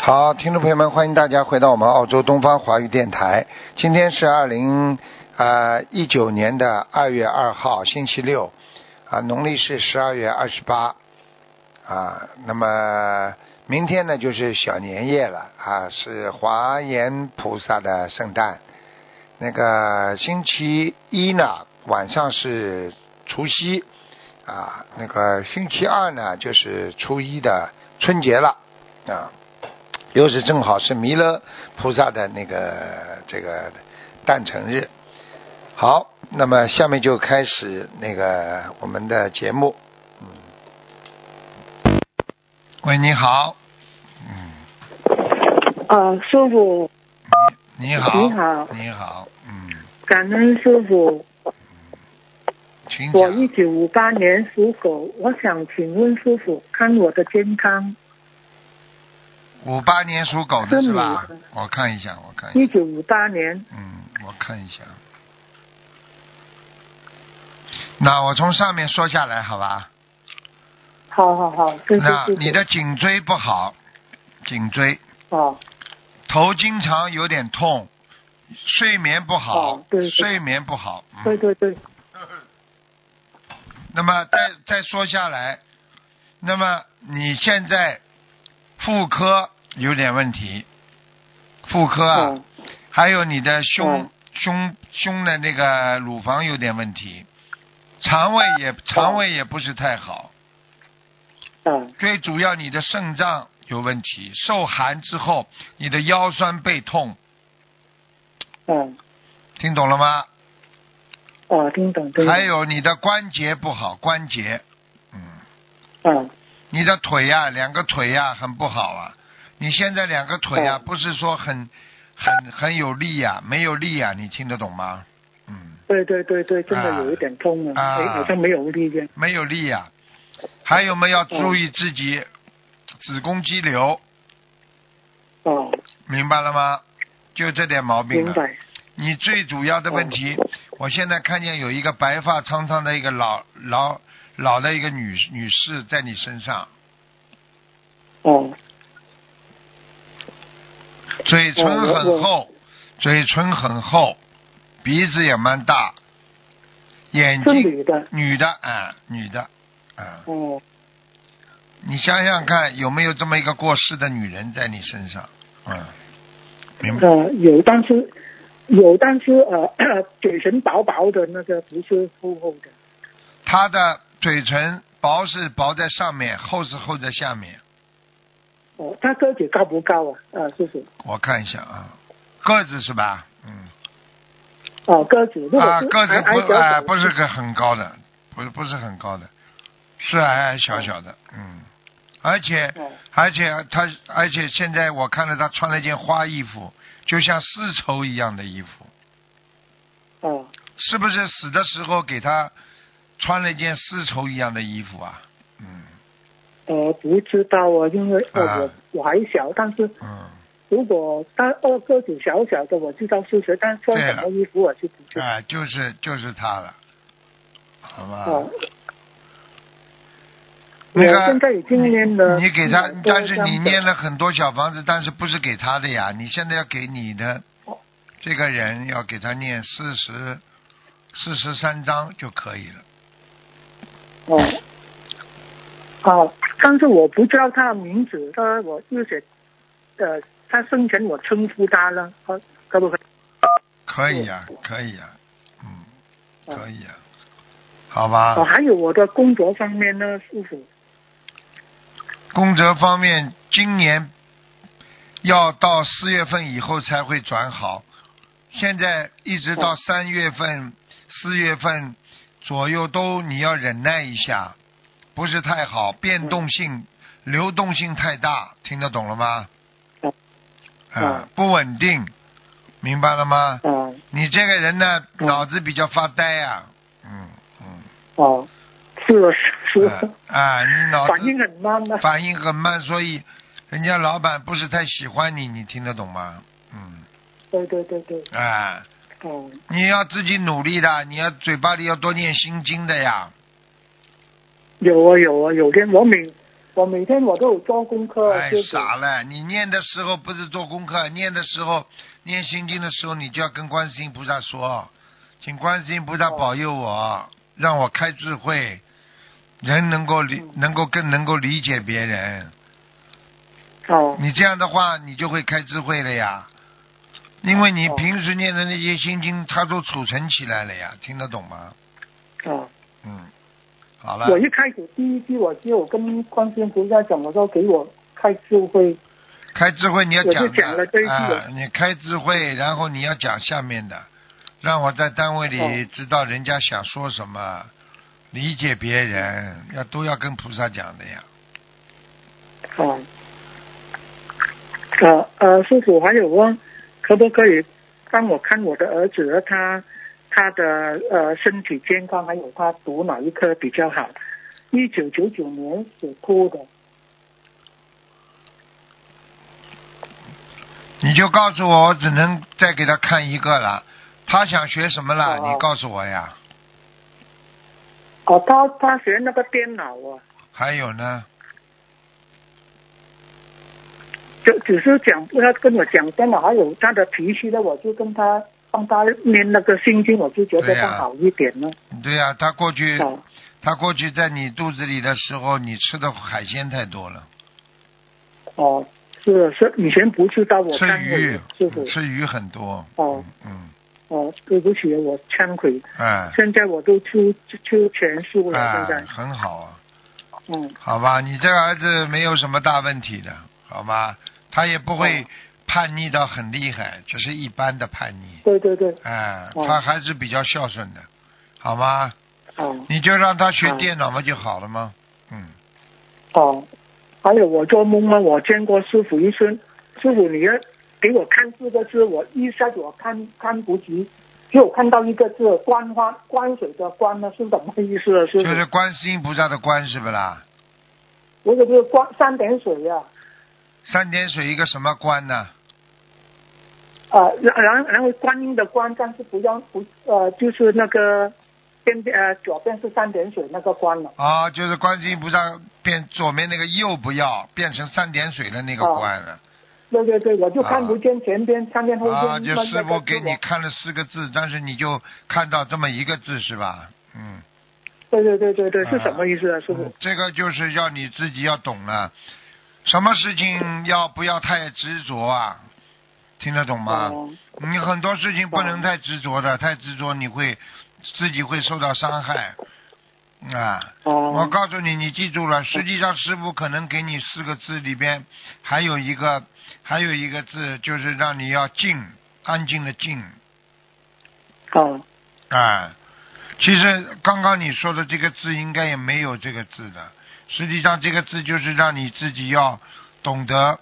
好，听众朋友们，欢迎大家回到我们澳洲东方华语电台。今天是二零呃一九年的二月二号，星期六，啊，农历是十二月二十八，啊，那么明天呢就是小年夜了，啊，是华严菩萨的圣诞。那个星期一呢，晚上是除夕，啊，那个星期二呢就是初一的春节了，啊。又是正好是弥勒菩萨的那个这个诞辰日。好，那么下面就开始那个我们的节目。嗯，喂，你好，嗯，呃，师傅，你你好，你好你好，嗯，感恩师傅，请我一讲。九五八年属狗，我想请问师傅看我的健康。五八年属狗的是吧是你？我看一下，我看一一下，九五八年，嗯，我看一下。那我从上面说下来，好吧？好好好，谢谢那师傅。你的颈椎不好，颈椎哦，头经常有点痛，睡眠不好，哦对对睡眠不好。嗯、对对对，那么再再说下来，那么你现在妇科有点问题，妇科啊，哦还有你的胸、嗯胸胸的那个乳房有点问题，肠胃也哦肠胃也不是太好，嗯，最主要你的肾脏有问题，受寒之后你的腰酸背痛，嗯，听懂了吗？哦，听懂对。还，有你的关节不好，关节，嗯，嗯，你的腿呀、两个腿呀、很不好啊。你现在两个腿呀、哦不是说很很很有力呀、没有力呀、你听得懂吗？嗯，对对对对，真啊的有一点痛啊啊，哎好像没有力量。没有力呀、还有没有要注意自己子宫肌瘤，哦，明白了吗？就这点毛病明了。白。你最主要的哦问题，我现在看见有一个白发苍苍的一个老老老的一个女女士在你身上，哦，嗯嘴唇哦我很我厚，嘴唇很厚，鼻子也蛮大，眼是睛女的。女的啊、女的啊、哦，你想想看有没有这么一个过世的女人在你身上？嗯，明白呃，有，但是有，但是呃， 嘴唇薄薄的那个，不是厚厚的。她的嘴唇薄是薄在上面，厚是厚在下面。哦，他个子高不高啊？啊，师傅。我看一下啊，个子是吧？嗯。哦，个子，如果啊，是个矮子矮不小哎，小，不是个很高的，不是不是很高的，是矮矮小小的，嗯，而且哦而且他而且现在我看到他穿了一件花衣服，就像丝绸一样的衣服，哦是不是死的时候给他穿了一件丝绸一样的衣服啊？嗯呃，不知道啊，因为呃、啊我我还小，但是嗯，如果他呃个子小小的，我知道是谁，但穿对什了么衣服我就不知道。啊，就是就是他了，好吧？哦，那个我现在已经念了嗯你你给他100多，但是你张念了很多小房子，但是不是给他的呀？你现在要给你的哦这个人要给他念四十四十三章就可以了。哦。哦，但是我不知道他的名字，他我就写，呃，他生前我称呼他了，可可不可以？可以呀、可以呀、嗯，哦可以呀、好吧哦，。还有我的工作方面呢，师傅。功德方面，今年要到四月份以后才会转好，现在一直到哦三月份、四月份左右都你要忍耐一下，不是太好，嗯变动性、流动性太大，听得懂了吗？哦啊、哦不稳定，明白了吗？哦你这个人呢，嗯脑子比较发呆啊，嗯嗯， 哦，是啊是啊啊、啊你脑反子应很慢 啊的。反应很慢，所以人家老板不是太喜欢你，你听得懂吗？嗯，对对对对，哎，哦你要自己努力的，你要嘴巴里要多念心经的呀。有啊有啊，有天我每我每天我都有做功课。太师傅哎傻了！你念的时候不是做功课，念的时候念心经的时候，你就要跟观世音菩萨说，请观世音菩萨哦保佑我，让我开智慧，人能够理，能够更能够理解别人。哦你这样的话，你就会开智慧了呀。因为你哦平时念的那些心经，它都储存起来了呀，听得懂吗？哦，嗯，好了我，一开始第一句我就跟观世音菩萨讲，我说给我开智慧。开智慧你要我讲就讲了这一的句啊，你开智慧，然后你要讲下面的，让我在单位里哦知道人家想说什么，理解别人，要都要跟菩萨讲的呀。哦，呃呃，师傅还有问，可不可以帮我看我的儿子他他的呃身体健康，还有他读哪一科比较好？一九九九年属兔的，你就告诉我，我只能再给他看一个了。他想学什么了？哦你告诉我呀。哦，他他学那个电脑啊，还有呢？就只是讲他跟我讲电脑，还有他的脾气呢，我就跟他帮他念那个心经，我就觉得对呀他好一点了。对呀、他过去哦他过去在你肚子里的时候，你吃的海鲜太多了，哦，是是，以前不知道我吃忏悔鱼嗯了，师傅，吃鱼很多。哦嗯，哦，对不起，我忏悔。嗯，哎，现在我都出出全数了，现哎在，，很好啊，嗯，好吧，你这个儿子没有什么大问题的，好吗？他也不会哦叛逆到很厉害，只是一般的叛逆，对对对，哎，哦他还是比较孝顺的，好吗？哦你就让他学哦电脑嘛就好了吗？嗯，哦，还有我做梦呢，我见过师傅医生，师傅你要给我看四个字，我一下子我看看不及，就看到一个字“关花”，关水的“关”呢是什么意思啊？师就傅，是观世音菩萨的观是不啦？我这个关三点水呀、啊。三点水一个什么观呢？呃，然然然后观音的观，但是不要不呃，就是那个边边呃左边是三点水那个关了。啊，就是观世音菩萨变左面那个右不要，变成三点水的那个哦观了。对对对，我就看不见前边，看见后边。啊，就慢慢师地傅给自我你看了四个字，但是你就看到这么一个字是吧？嗯，对对对对对，是啊什么意思啊，师傅嗯？这个就是要你自己要懂了，什么事情要不要太执着啊？听得懂吗？哦你很多事情不能哦太执着的，太执着你会自己会受到伤害啊。我哦告诉你，你记住了，实际上师傅可能给你四个字里边还有一个，还有一个字就是让你要静，安静的静哦啊。其实刚刚你说的这个字应该也没有这个字的，实际上这个字就是让你自己要懂得，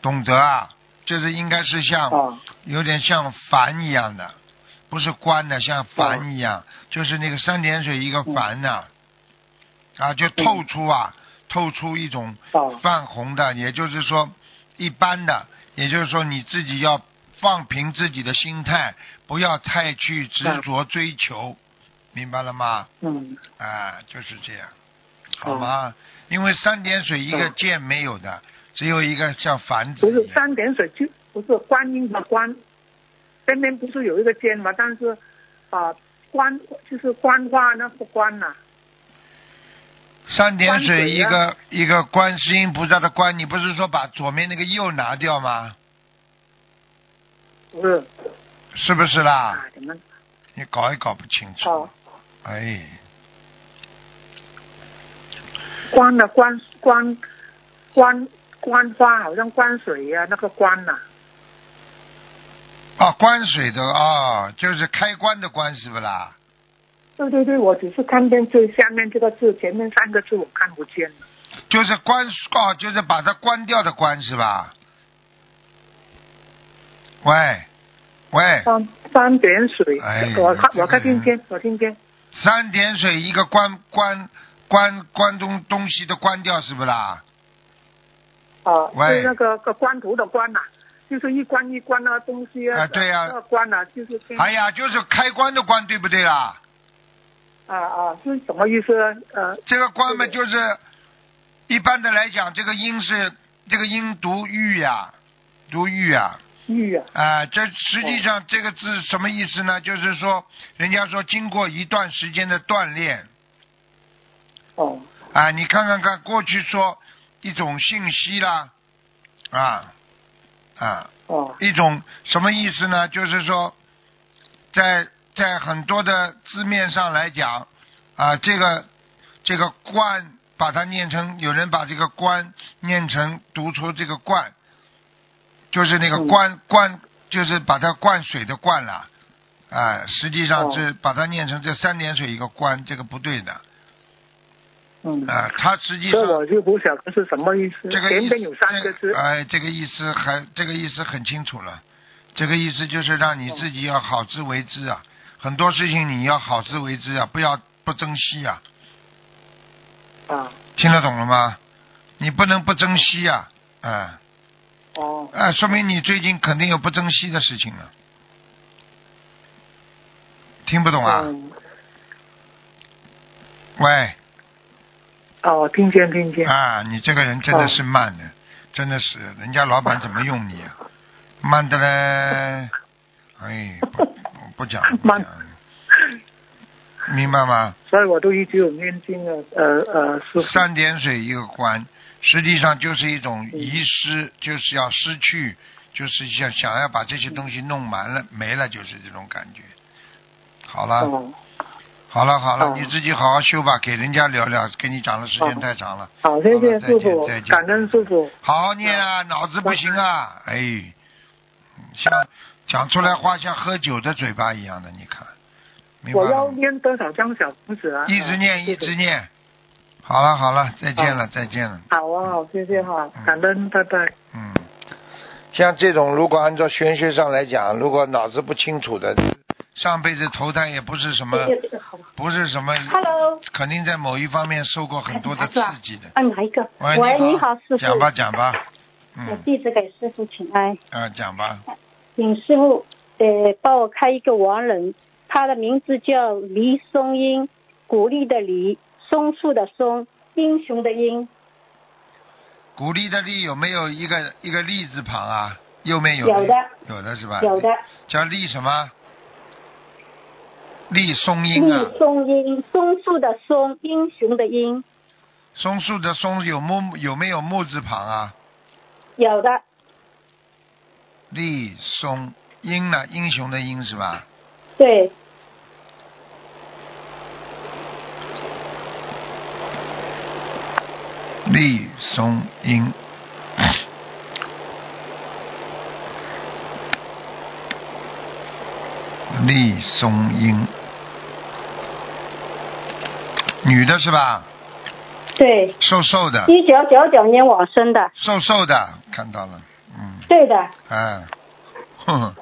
懂得啊，就是应该是像哦有点像帆一样的，不是关的，像哦帆一样，就是那个三点水一个嗯帆呐、啊，就透出啊，透出一种哦泛红的，也就是说一般的，也就是说你自己要放平自己的心态，不要太去执着追求，明白了吗？嗯啊，就是这样，哦好吗？因为三点水一个嗯箭没有的，只有一个像帆字不一样是。三点水就不是观音的观，边边不是有一个尖嘛？但是啊观就是观花那个观呐、三点水一观水个一个观世音菩萨的观，你不是说把左面那个右拿掉吗？不是是不是啦？啊怎么你搞也搞不清楚哦，哎，观的观观观观花好像观水呀、那个观呐、啊，关水的啊、就是开关的关是不啦？对对对，我只是看见最下面这个字，前面三个字我看不见了。就是关哦，就是把它关掉的关是吧？喂，喂，三三点水，哎我看这个我看人听见，我听见。三点水一个关关关关东东西的关掉是不啦？啊，喂是那个个关头的关呐、就是一关一关那个东西啊对呀那个关呐、就是跟哎呀，就是开关的关对不对啦？啊啊，是什么意思？呃，这个关嘛，对就是一般的来讲，这个阴是这个阴读玉呀、读玉啊，玉啊，啊、这实际上这个字什么意思呢？就是说，人家说经过一段时间的锻炼哦，啊、你看看看，过去说一种信息啦，啊啊，哦，一种什么意思呢？就是说，在在很多的字面上来讲，啊，这个这个冠把它念成，有人把这个冠念成读出这个冠，就是那个嗯灌灌，就是把它灌水的灌了，啊，实际上哦是把它念成这三点水一个冠，这个不对的，嗯，啊，它实际上所以我就不晓得是什么意思。这个前意思面有三个字，哎，这个意思很，这个意思很清楚了。这个意思就是让哦你自己要好自为之啊，很多事情你要好自为之啊，不要不珍惜啊，啊，听得懂了吗？你不能不珍惜啊，啊、哦，哎、说明你最近肯定有不珍惜的事情了。听不懂啊？嗯，喂，哦，听见听见，啊，你这个人真的是慢的，真的是，人家老板怎么用你啊？慢的嘞，哎，不不讲了，不讲慢了，明白吗？所以我都一直有念经啊，呃呃，师傅，三点水一个关，实际上就是一种遗失，就是要失去，就是想想要把这些东西弄完了没了，就是这种感觉。好了，哦，好了，好了，哦你自己好好修吧，给人家聊聊，给你讲的时间哦太长了。好，谢谢好了师傅再见再，见感恩师傅，好好念啊，脑子不行啊，哎，像讲出来话像喝酒的嘴巴一样的，你看，明白我要了吗？念多少张小房子啊？一直念，啊一直。念。好了好了，再见了再见了，好啊，好，谢谢哈嗯，感恩，拜拜。嗯。像这种，如果按照玄学上来讲，如果脑子不清楚的，上辈子投胎也不是什么，不是什么， Hello，肯定在某一方面受过很多的刺激的。按哪一个？喂，喂，你你好，师傅。讲吧讲吧，我嗯弟子给师傅请安，啊讲吧，请师傅呃帮我看一个亡人，他的名字叫黎松英，鼓励的黎，松树的松，英雄的英，鼓励的励有没有一个一个立字旁啊？右面有有的，有的是吧？有的叫立什么？立松黎阴啊，松英，松树的松，英雄的英，松树的松有木有没有木字旁啊？有的立松英呢？英雄的英是吧？对，立松英。立松英，女的是吧？对，瘦瘦的，一九九九年往生的，瘦瘦的，看到了，嗯，对的，哎， 哼哼，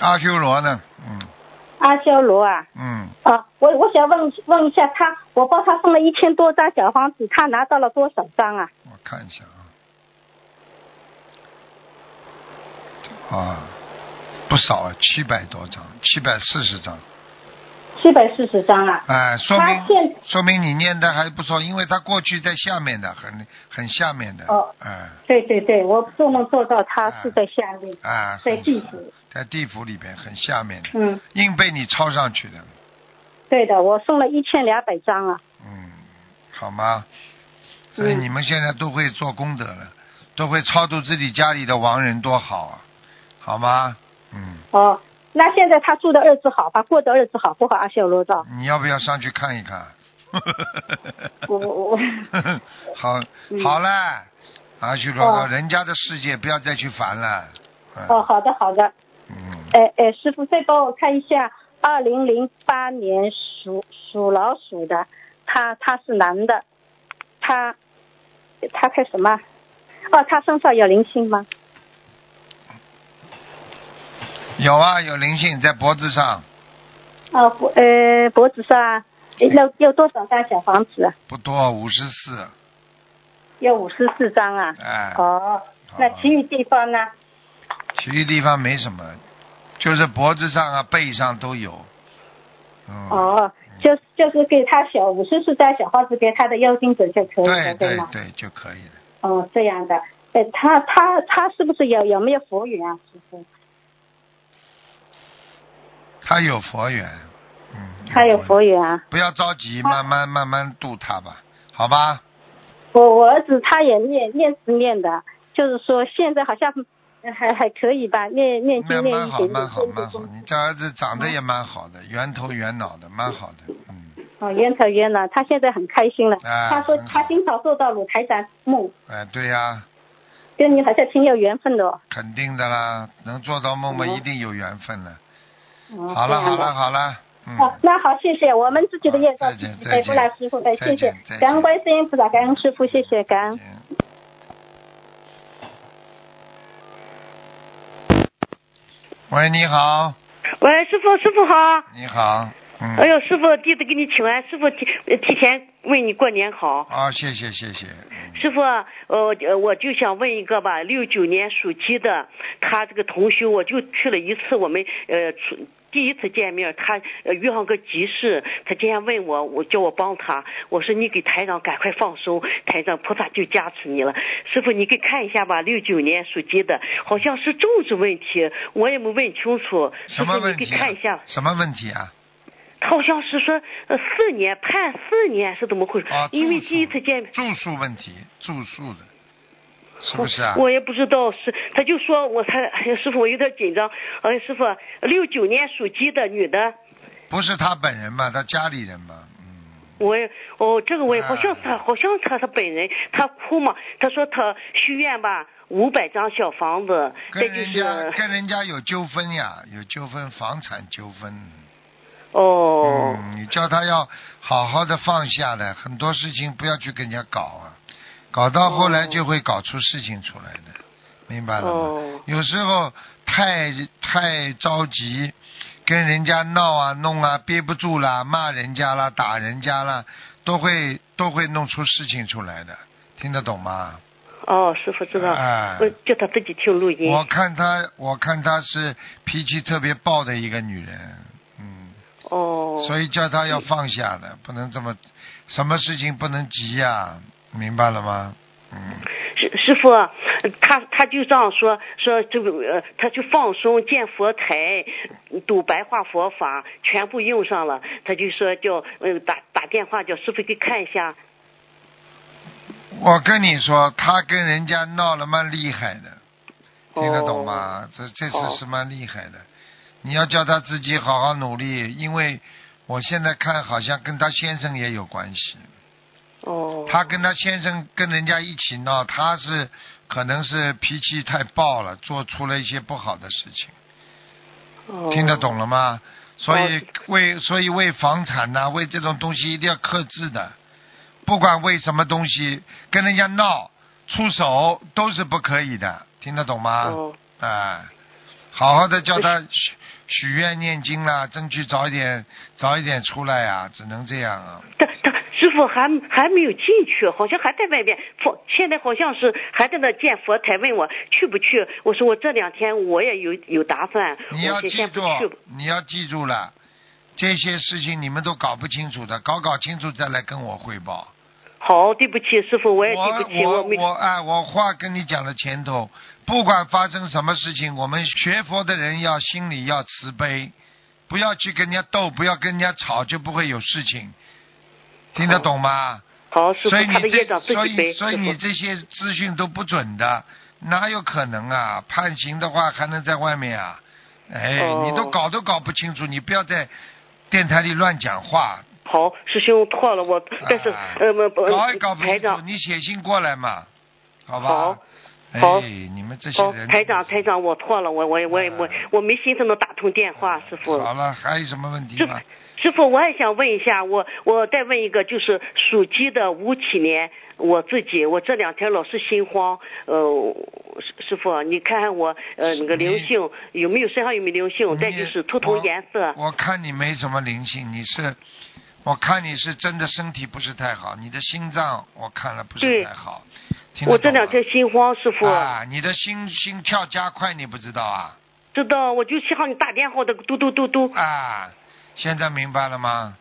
阿修罗呢？嗯阿修罗啊。嗯，啊，我我想问问一下他，我帮他送了一千多张小房子，他拿到了多少张啊？我看一下啊，啊，不少啊，七百多张，七百四十张，七百四十张啊。哎，说他明现说明你念的还不错，因为他过去在下面的，很很下面的，哦哎对对对，我做梦做到他是在下面，哎，在很地府。在地府里边很下面的，嗯，硬被你抄上去的，对的，我送了一千两百张啊。嗯，好吗？所以嗯你们现在都会做功德了，都会超度自己家里的亡人，多好啊，好吗？嗯，哦，那现在他住的日子好吧？过的日子好不好？阿修罗道，你要不要上去看一看？我 我我 好，嗯好了，阿修罗道，哦人家的世界不要再去烦了。嗯哦，好的好的，嗯，哎哎，师傅再帮我看一下，二零零八年属属老鼠的，他他是男的，他他看什么？哦，他身上有灵性吗？有啊，有灵性在脖子上，哦，脖呃脖子上啊，哎要要多少张小房子啊？不多，五十四，要五十四张啊。哎，哦，好那其余地方呢？其余地方没什么，就是脖子上啊、背上都有。嗯。哦，就是就是给他小五十四张小房子给他的妖精者就可以对了，对吗？对，就可以了。哦，这样的。哎，他他他是不是有有没有佛缘啊？师傅，他有佛缘，嗯，他有缘，佛缘啊。不要着急，他慢慢慢慢度他吧，好吧？我我儿子他也念念字念的，就是说现在好像呃还还可以吧，念念那经念蛮一好，点点蛮好，蛮好。你这儿子长得也蛮好嗯的，圆头圆脑的，蛮好的，嗯，哦，冤仇冤了，他现在很开心了。哎他说很好他经常做到鲁台长梦，哎，对呀、跟你好像挺有缘分的哦。肯定的啦，能做到梦嘛，嗯一定有缘分了。哦好了，好这样的了，好了，嗯，哦，那好，谢谢我们自己的业好障再自见己背，再不来见师傅背，再谢谢见再，感见恩观世音菩萨，感恩师傅，谢谢，感恩。行喂，你好，喂，师傅，师傅好。你好，嗯，哎呦，师傅，弟子给你请安，师傅提呃提前问你过年好。啊，谢谢，谢谢，嗯师傅，呃，呃我就想问一个吧，六九年属鸡的，他这个同修，我就去了一次，我们呃初第一次见面，他呃遇上个急事，他今天问我，我叫我帮他，我说你给台长赶快放松，台长菩萨就加持你了。师傅，你给看一下吧，六九年属鸡的，好像是种子问题，我也没问清楚，师什么傅你问给题、看一下啊。？什么问题啊？他好像是说呃四年判四年是怎么回事？啊，因为住宿第一次见面，住宿问题，住宿的，是不是啊？我也不知道是，他就说我他哎 呀师傅我有点紧张，哎呀师傅六九年属鸡的女的，不是他本人嘛，他家里人嘛，嗯，我也哦这个我也哎好像他好像他他本人他哭嘛，他说他许愿吧五百张小房子，再跟就人家是跟人家有纠纷呀，有纠纷，房产纠纷。哦、嗯，你叫他要好好的放下的，很多事情不要去跟人家搞啊，搞到后来就会搞出事情出来的，明白了吗？哦有时候太太着急，跟人家闹啊弄啊，憋不住啦，骂人家啦，打人家啦，都会都会弄出事情出来的，听得懂吗？哦师傅知道，哎我叫他自己听录音。我看他，我看他是脾气特别暴的一个女人，嗯。哦，所以叫他要放下的，不能这么，什么事情不能急呀、明白了吗？嗯，师师傅，呃他他就这样说说这个呃，他去放松建佛台，读白话佛法，全部用上了。他就说叫呃打打电话叫师傅给看一下。我跟你说，他跟人家闹了蛮厉害的，听得懂哦？吗？这这哦次是蛮厉害的，你要叫他自己好好努力，因为我现在看好像跟他先生也有关系，哦，他跟他先生跟人家一起闹，他是可能是脾气太暴了，做出了一些不好的事情。哦听得。懂了吗？所哦以为所以为房产呐、为这种东西一定要克制的，不管为什么东西跟人家闹、出手都是不可以的，听得懂吗？哦哎、好好的叫他呃许许愿念经啦、争取早一点早一点出来呀、只能这样啊。他他师傅还还没有进去，好像还在外边佛，现在好像是还在那建佛台，问我去不去？我说我这两天我也有有打算，你要我先记先住不去吧。，你要记住了，这些事情你们都搞不清楚的，搞搞清楚再来跟我汇报。好，对不起，师傅，我也对不起，我没我哎，我话跟你讲的前头，不管发生什么事情，我们学佛的人要心里要慈悲，不要去跟人家斗，不要跟人家吵，就不会有事情。听得懂吗？好，师傅，所以他的你业这障自所己背。以所以你师这些资讯都不准的，哪有可能啊？判刑的话还能在外面啊？哎，哦你都搞都搞不清楚，你不要在电台里乱讲话，傅好，师兄错了我，但是、啊呃不不搞也搞不台清楚，长你写信过来嘛，好吧？好哎好，你们这些哦人，，台长台，长我错了，我我我我啊我没心思能打通电话，师傅。好了，还有什么问题师傅吗？师傅，我也想问一下，我我再问一个，就是属鸡的五七年，我自己我这两天老是心慌，呃，师师傅你看看我呃那个你灵性有没有身上有没有灵性，你再就是秃头我颜色，我看你没什么灵性，你是，我看你是真的身体不是太好，你的心脏我看了不是对太好。听得我这懂吗两天心慌，师傅。啊，你的心心跳加快，你不知道啊知道，我就想让你打电话的，嘟嘟嘟嘟。啊！现在明白了吗？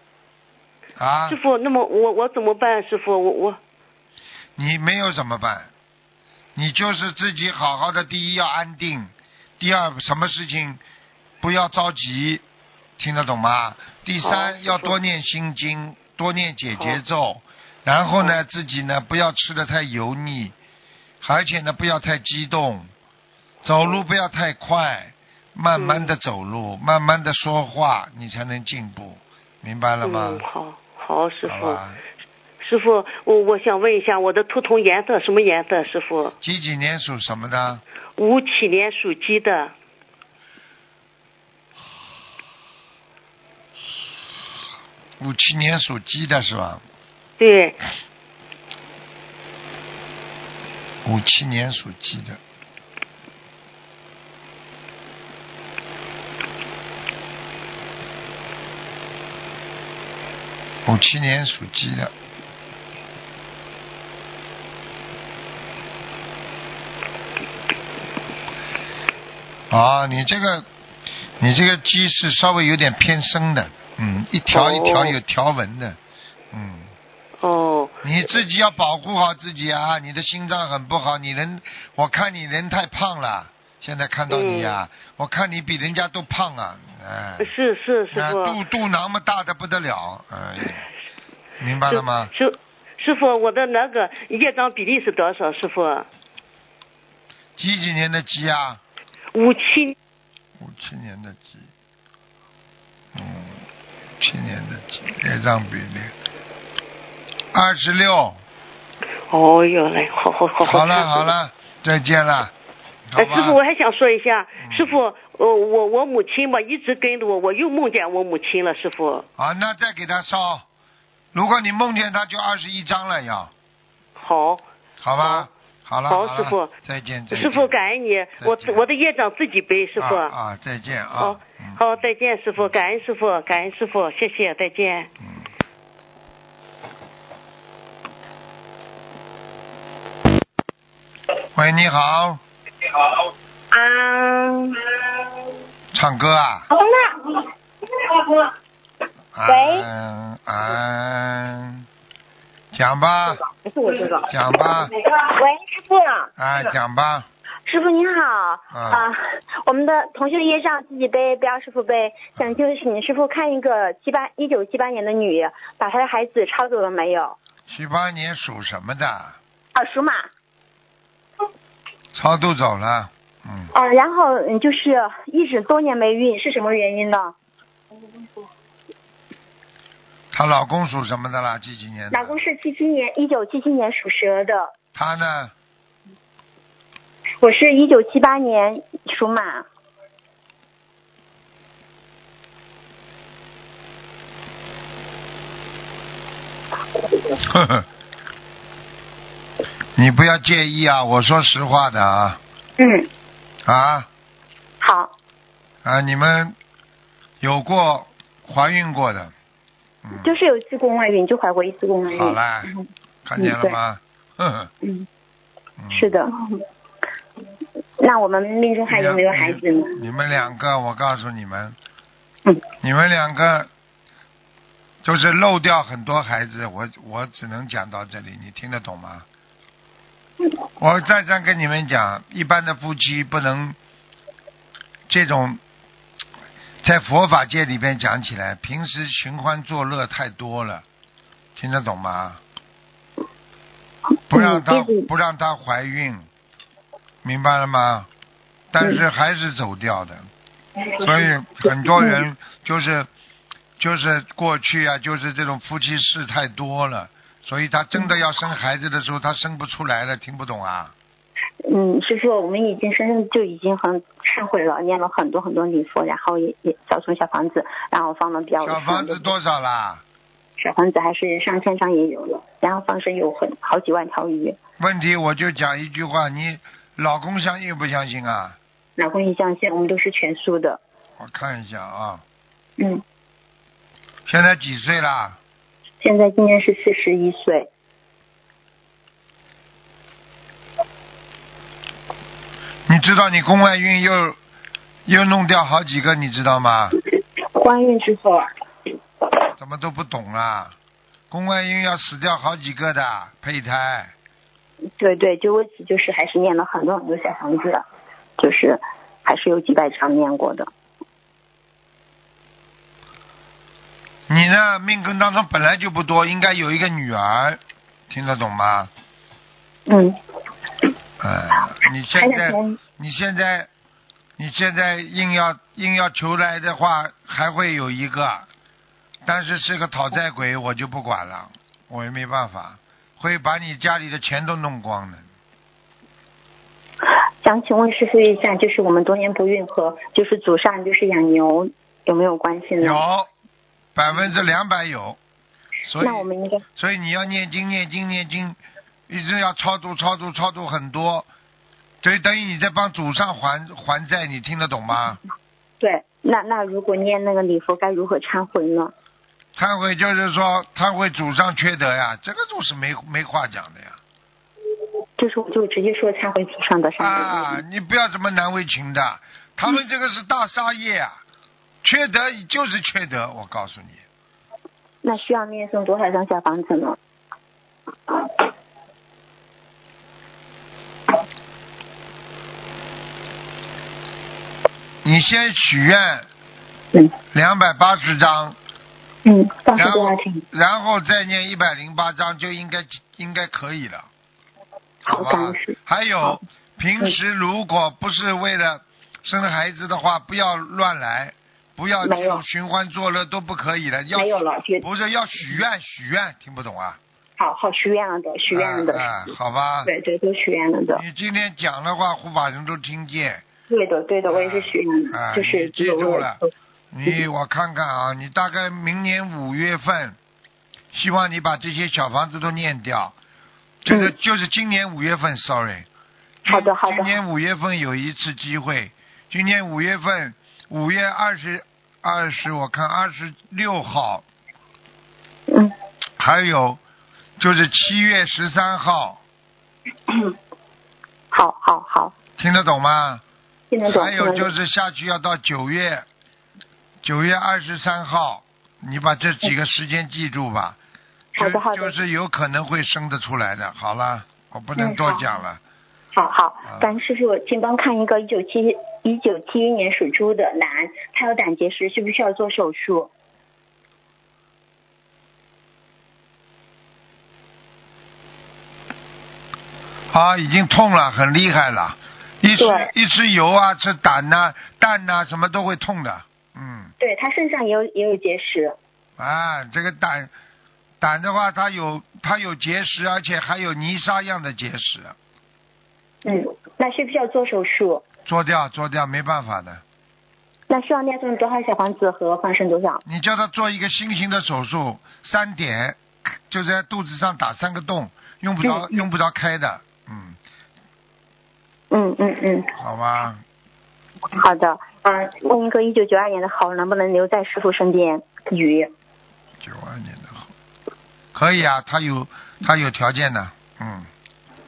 啊师，傅，那么我我怎么办？师傅，我我你没有怎么办？你就是自己好好的，第一要安定，第二什么事情不要着急，听得懂吗？第好三要多念心经，多念解结咒，然后呢自己呢不要吃的太油腻，而且呢不要太激动，走嗯路不要太快，慢慢的走路，慢慢的说话，你才能进步，明白了吗嗯，？好好，师好傅，吧，师傅，我我想问一下我的图腾颜色什么颜色？师傅，几几年属什么的？五七年属鸡的，五七年属鸡的是吧？对，五七年属鸡的。五七年属鸡的，啊，你这个，你这个鸡是稍微有点偏生的，嗯，一条一条哦有条纹的，嗯。哦，你自己要保护好自己啊！你的心脏很不好，你人，我看你人太胖了，现在看到你呀、我看你比人家都胖啊，哎、嗯是是师那傅，肚肚囊嘛大的不得了，哎、明白了吗？师师师傅，我的那个业障比例是多少？师傅，几几年的鸡啊？五七五七年的鸡，嗯，七年的鸡，业障比例二十六，哦哟嘞，好好好好了看好。了，再见了，好哎，吧嗯师傅，我还想说一下，师傅，呃，我我母亲吧，一直跟着我，我又梦见我母亲了，师傅。啊，那再给他烧。如果你梦见他，就二十一张了，要好，好吧？好了，好了师傅再见，嗯再见。师傅，感恩你，我再见我的业障自己背，师傅。啊啊，再见啊。好嗯，好，再见，师傅，感恩师傅，感恩师傅，谢谢，再见。喂，你好，啊，唱歌啊？好了，喂嗯嗯，讲吧，不是我知道。讲吧，喂，师傅，啊，讲吧，师傅您好。啊我们的同学的业障自己背，不要师傅背。想就是请师傅看一个七八一九七八年的女，把她的孩子抄走了没有？七八年属什么的？啊，属马。超度走了，嗯，嗯、然后嗯，就是一直多年没孕，是什么原因呢？她老公属什么的啦？几几年的？老公是七七年，一九七七年属蛇的，她呢？ 我是一九七八年属马。呵呵，你不要介意啊，我说实话的啊嗯，啊好，啊！你们有过怀孕过的，嗯，就是有一次宫外孕，就怀过一次宫外孕。好啦，看见了吗？呵呵，嗯， 嗯是的。那我们命中还有没有孩子呢？你们两个，我告诉你们，嗯你们两个就是漏掉很多孩子，我我只能讲到这里，你听得懂吗？嗯我再三跟你们讲，一般的夫妻不能这种，在佛法界里边讲起来，平时寻欢作乐太多了，听得懂吗？不让她嗯这个不让她怀孕，明白了吗？但是还是走掉的，所以很多人就是就是过去啊，就是这种夫妻事太多了，所以他真的要生孩子的时候，他生不出来了，听不懂啊？嗯，师傅，我们已经深深就已经很忏悔了，念了很多很多礼佛，然后也也小从小房子，然后放的比嗯较小房子多少啦？小房子还是上千张也有了，然后放生有很好几万条鱼。问题我就讲一句话，你老公相信不相信啊？老公一象限，我们都是全素的。我看一下啊，嗯，现在几岁啦？现在今年是四十一岁，你知道你宫外孕又又弄掉好几个，你知道吗？怀孕之后啊，怎么都不懂啊？宫外孕要死掉好几个的胚胎，对对，就为此就是还是念了很多很多小房子，就是还是有几百张念过的。你呢命根当中本来就不多，应该有一个女儿，听得懂吗？嗯，哎，你还现想在请你现在你现在硬要硬要求来的话，还会有一个，但是是个讨债鬼，我就不管了，我也没办法，会把你家里的钱都弄光的。想请问师傅一下，就是我们多年不孕和就是祖上就是养牛有没有关系呢？有百分之两百有，所以那我们应该所以你要念经念经念经，一直要超度超度超度很多，所以等于你在帮祖上还还债，你听得懂吗？对，那那如果念那个礼佛该如何忏悔呢？忏悔就是说忏悔祖上缺德呀，这个总是没没话讲的呀。就是我就直接说忏悔祖上的善啊，恶。你不要这么难为情的，他们这个是大杀业啊，缺德就是缺德，我告诉你，那需要念诵多少张小房子呢？你先许愿嗯两百八十章，嗯，当时然多后少天？然后再念一百零八章就应该应该可以了，好好感吧恩师？还有好平时如果不是为了生孩子的话，不要乱来，不要没这有种寻欢作乐都不可以的，要没有了，就不是要许愿许愿，听不懂啊？好好许愿了的，许愿了的，哎哎好吧。对对，都许愿了的，你今天讲的话，护法神都听见。对的对的，我也是许愿的，哎就是你记这个住我了你嗯我看看啊，你大概明年五月份，希望你把这些小房子都念掉。就是、嗯就是今年五月份，sorry。好的好的今年五月份有一次机会，今年五月份五月二十二十，我看二十六号，嗯，还有就是七月十三号，好好好，听得懂吗？听得懂，还听有得就懂是下去要到九月，九月二十三号，你把这几个时间记住吧。嗯好的就好的就是有可能会生得出来的。好了，我不能嗯多好讲了。好好啊，感恩师傅，请帮看一个一九七一九七一年属猪的男，他有胆结石，需不需要做手术？啊，已经痛了，很厉害了。一吃对一吃油啊，吃胆呐、蛋呐、什么都会痛的。嗯，对他身上也有也有结石，啊，这个胆胆的话，它有它有结石，而且还有泥沙样的结石，嗯，那需不需要做手术？做掉做掉，没办法的。那需要念诵多少小房子和放生多少？你叫他做一个新型的手术，三点就在肚子上打三个洞，用不着、嗯嗯用不着开的，嗯，嗯嗯嗯，好吧，好的。嗯、问一个一九九二年的猴能不能留在师傅身边？鱼，九二年的好，可以啊，他有他有条件的，嗯，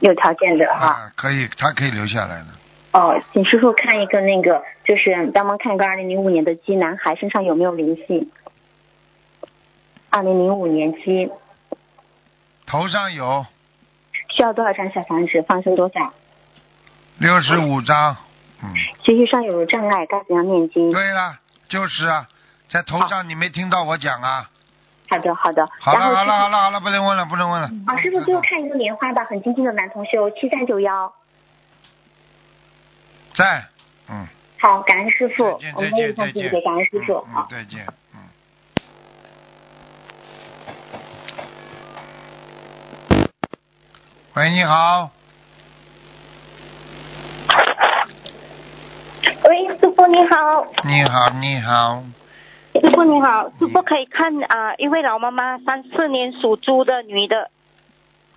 有条件的哈。啊，可以，他可以留下来的，哦，请师傅看一个那个，就是帮忙看一个二零零五年的鸡男孩身上有没有灵性。二零零五年鸡头上有需要多少张小房子？放生多少？六十五张，嗯，学习上有障碍，该怎样念经？对了，就是啊，在头上你没听到我讲啊，好的，好的。好了然后好师了傅好了好了，不能问了不能问了，啊，师傅最后看一个莲花吧，很精进的男同修，七三九幺。在，嗯，好，感恩师傅再见，我再们也见向再自己见的，感恩师傅。嗯嗯好，再见，嗯。喂，你好，喂，师傅你好，你好，你好，师傅你好，师傅可以看啊、一位老妈妈，三四年属猪的女的，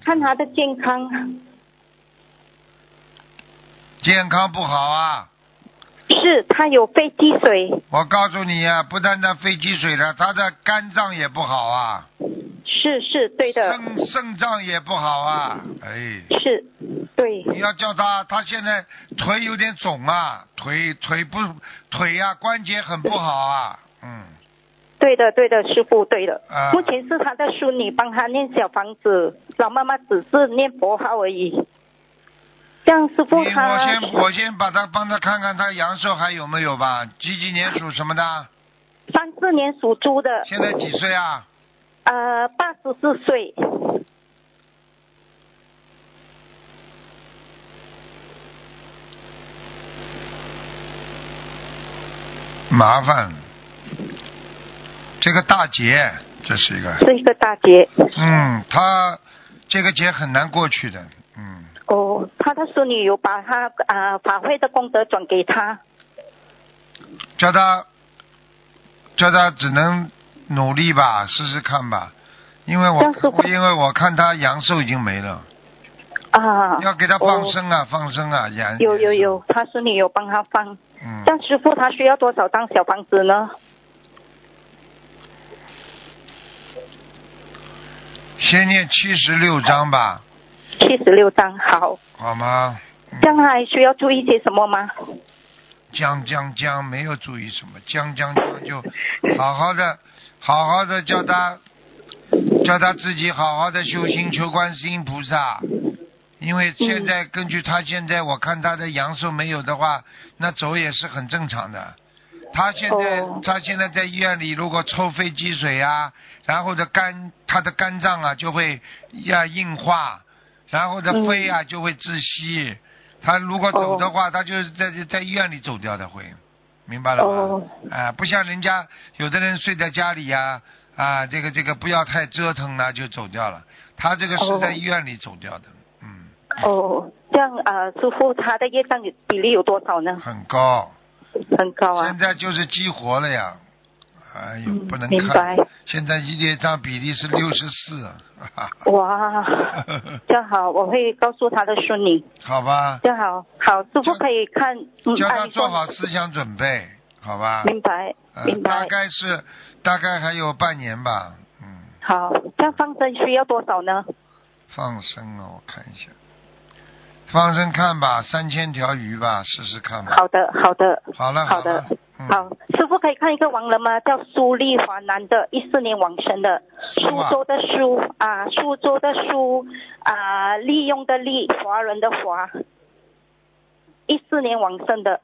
看她的健康，健康不好啊！是她有肺积水，我告诉你啊，不单单肺积水了，他的肝脏也不好啊，是是对的，肾肾脏也不好啊，哎，是，对，你要叫他，他现在腿有点啊肿啊，腿腿不腿呀、关节很不好啊，嗯，对的，对的，师傅，对的。啊目前是他的淑女帮他念小房子，老妈妈只是念佛号而已。这样师傅你他我先我先把他帮他看看他阳寿还有没有吧？几几年属什么的？三四年属猪的，现在几岁啊？呃，八十四岁，麻烦，这个大劫，这是一个，是一个大姐。嗯，他这个劫很难过去的，嗯，哦，他的淑女有把他啊、法会的功德转给他。叫他叫他只能努力吧，试试看吧，因为但是我会因为我看他阳寿已经没了，啊，要给他放哦生啊，放生啊，阳有有，有，他淑女有帮他放。嗯，但师傅他需要多少张小房子呢？先念七十六章吧，七十六张，好。好吗？这样还需要注意些什么吗？将将将，没有注意什么，将将将就好好的，好好的叫他，叫他自己好好的修心，求观世音菩萨。因为现在根据他现在，我看他的阳寿没有的话，那走也是很正常的。他现在、哦他现在在医院里，如果抽肺积水啊，然后的肝他的肝脏啊就会呀硬化，然后的嗯肺啊就会窒息。他如果走哦的话，他就是在在医院里走掉的会，明白了吗？哦啊，不像人家有的人睡在家里呀、啊，这个这个不要太折腾呢、就走掉了。他这个是在哦医院里走掉的，嗯，哦，这样啊、呃师傅他的业障比例有多少呢？很高。很高啊现。在就是激活了呀，哎呦，嗯哎不能明看白。嗯现在一列张比例是六十四，哈哦哇，哈，这样好，我会告诉他的孙女。 好吧，这样好，好，师叫傅可以看，嗯，叫按他你做说好思想准备，好吧？明白，呃明，大白。概是大概还有半年吧，嗯，好，这样放生需要多少呢？放生啊，我看一下，放生看吧，三千条鱼吧，试试看吧。好的，好的，好了，好了的，，嗯，好。师傅可以看一个亡人吗？叫苏丽华，男的，一四年往生的，苏啊苏州的苏啊，苏州的苏啊，利用的利，华人的华，一四年往生的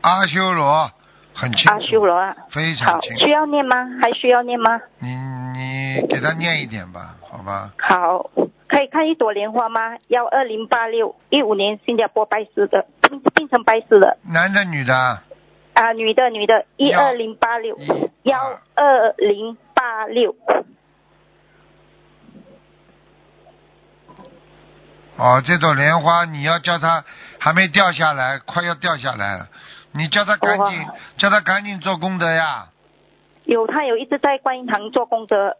阿修罗很清楚，阿修罗啊。非常好，清需楚，要念吗？还需要念吗？你你给他念一点吧，好吧？好，可以看一朵莲花吗？幺二零八六一五年新加坡拜师的，变变成拜师的男的女的？啊，女的女的，一幺二零八六一幺二零八六，哦，这朵莲花你要叫它还没掉下来，快要掉下来了，你叫它赶紧哇叫它赶紧做功德呀，有他有一直在观音堂做功德，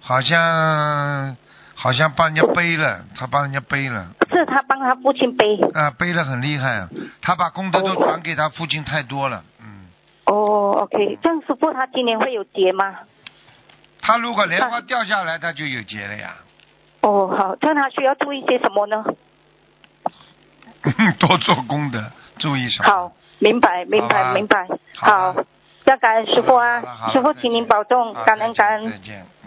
好像好像帮人家背了，他帮人家背了，是他帮他父亲背啊、背了很厉害，啊他把功德都哦转给他父亲太多了，嗯，哦，OK，这样师傅他今年会有结吗？他如果莲花掉下来，他就有劫了呀，哦，好，这样他需要注意些什么呢？嗯 多做功德，注意什么？好，明白，明啊好吧白，明白，好好吧，要感恩师傅好了啊，师傅请您保重，感恩感。好了再见好再见恩再。见，嗯。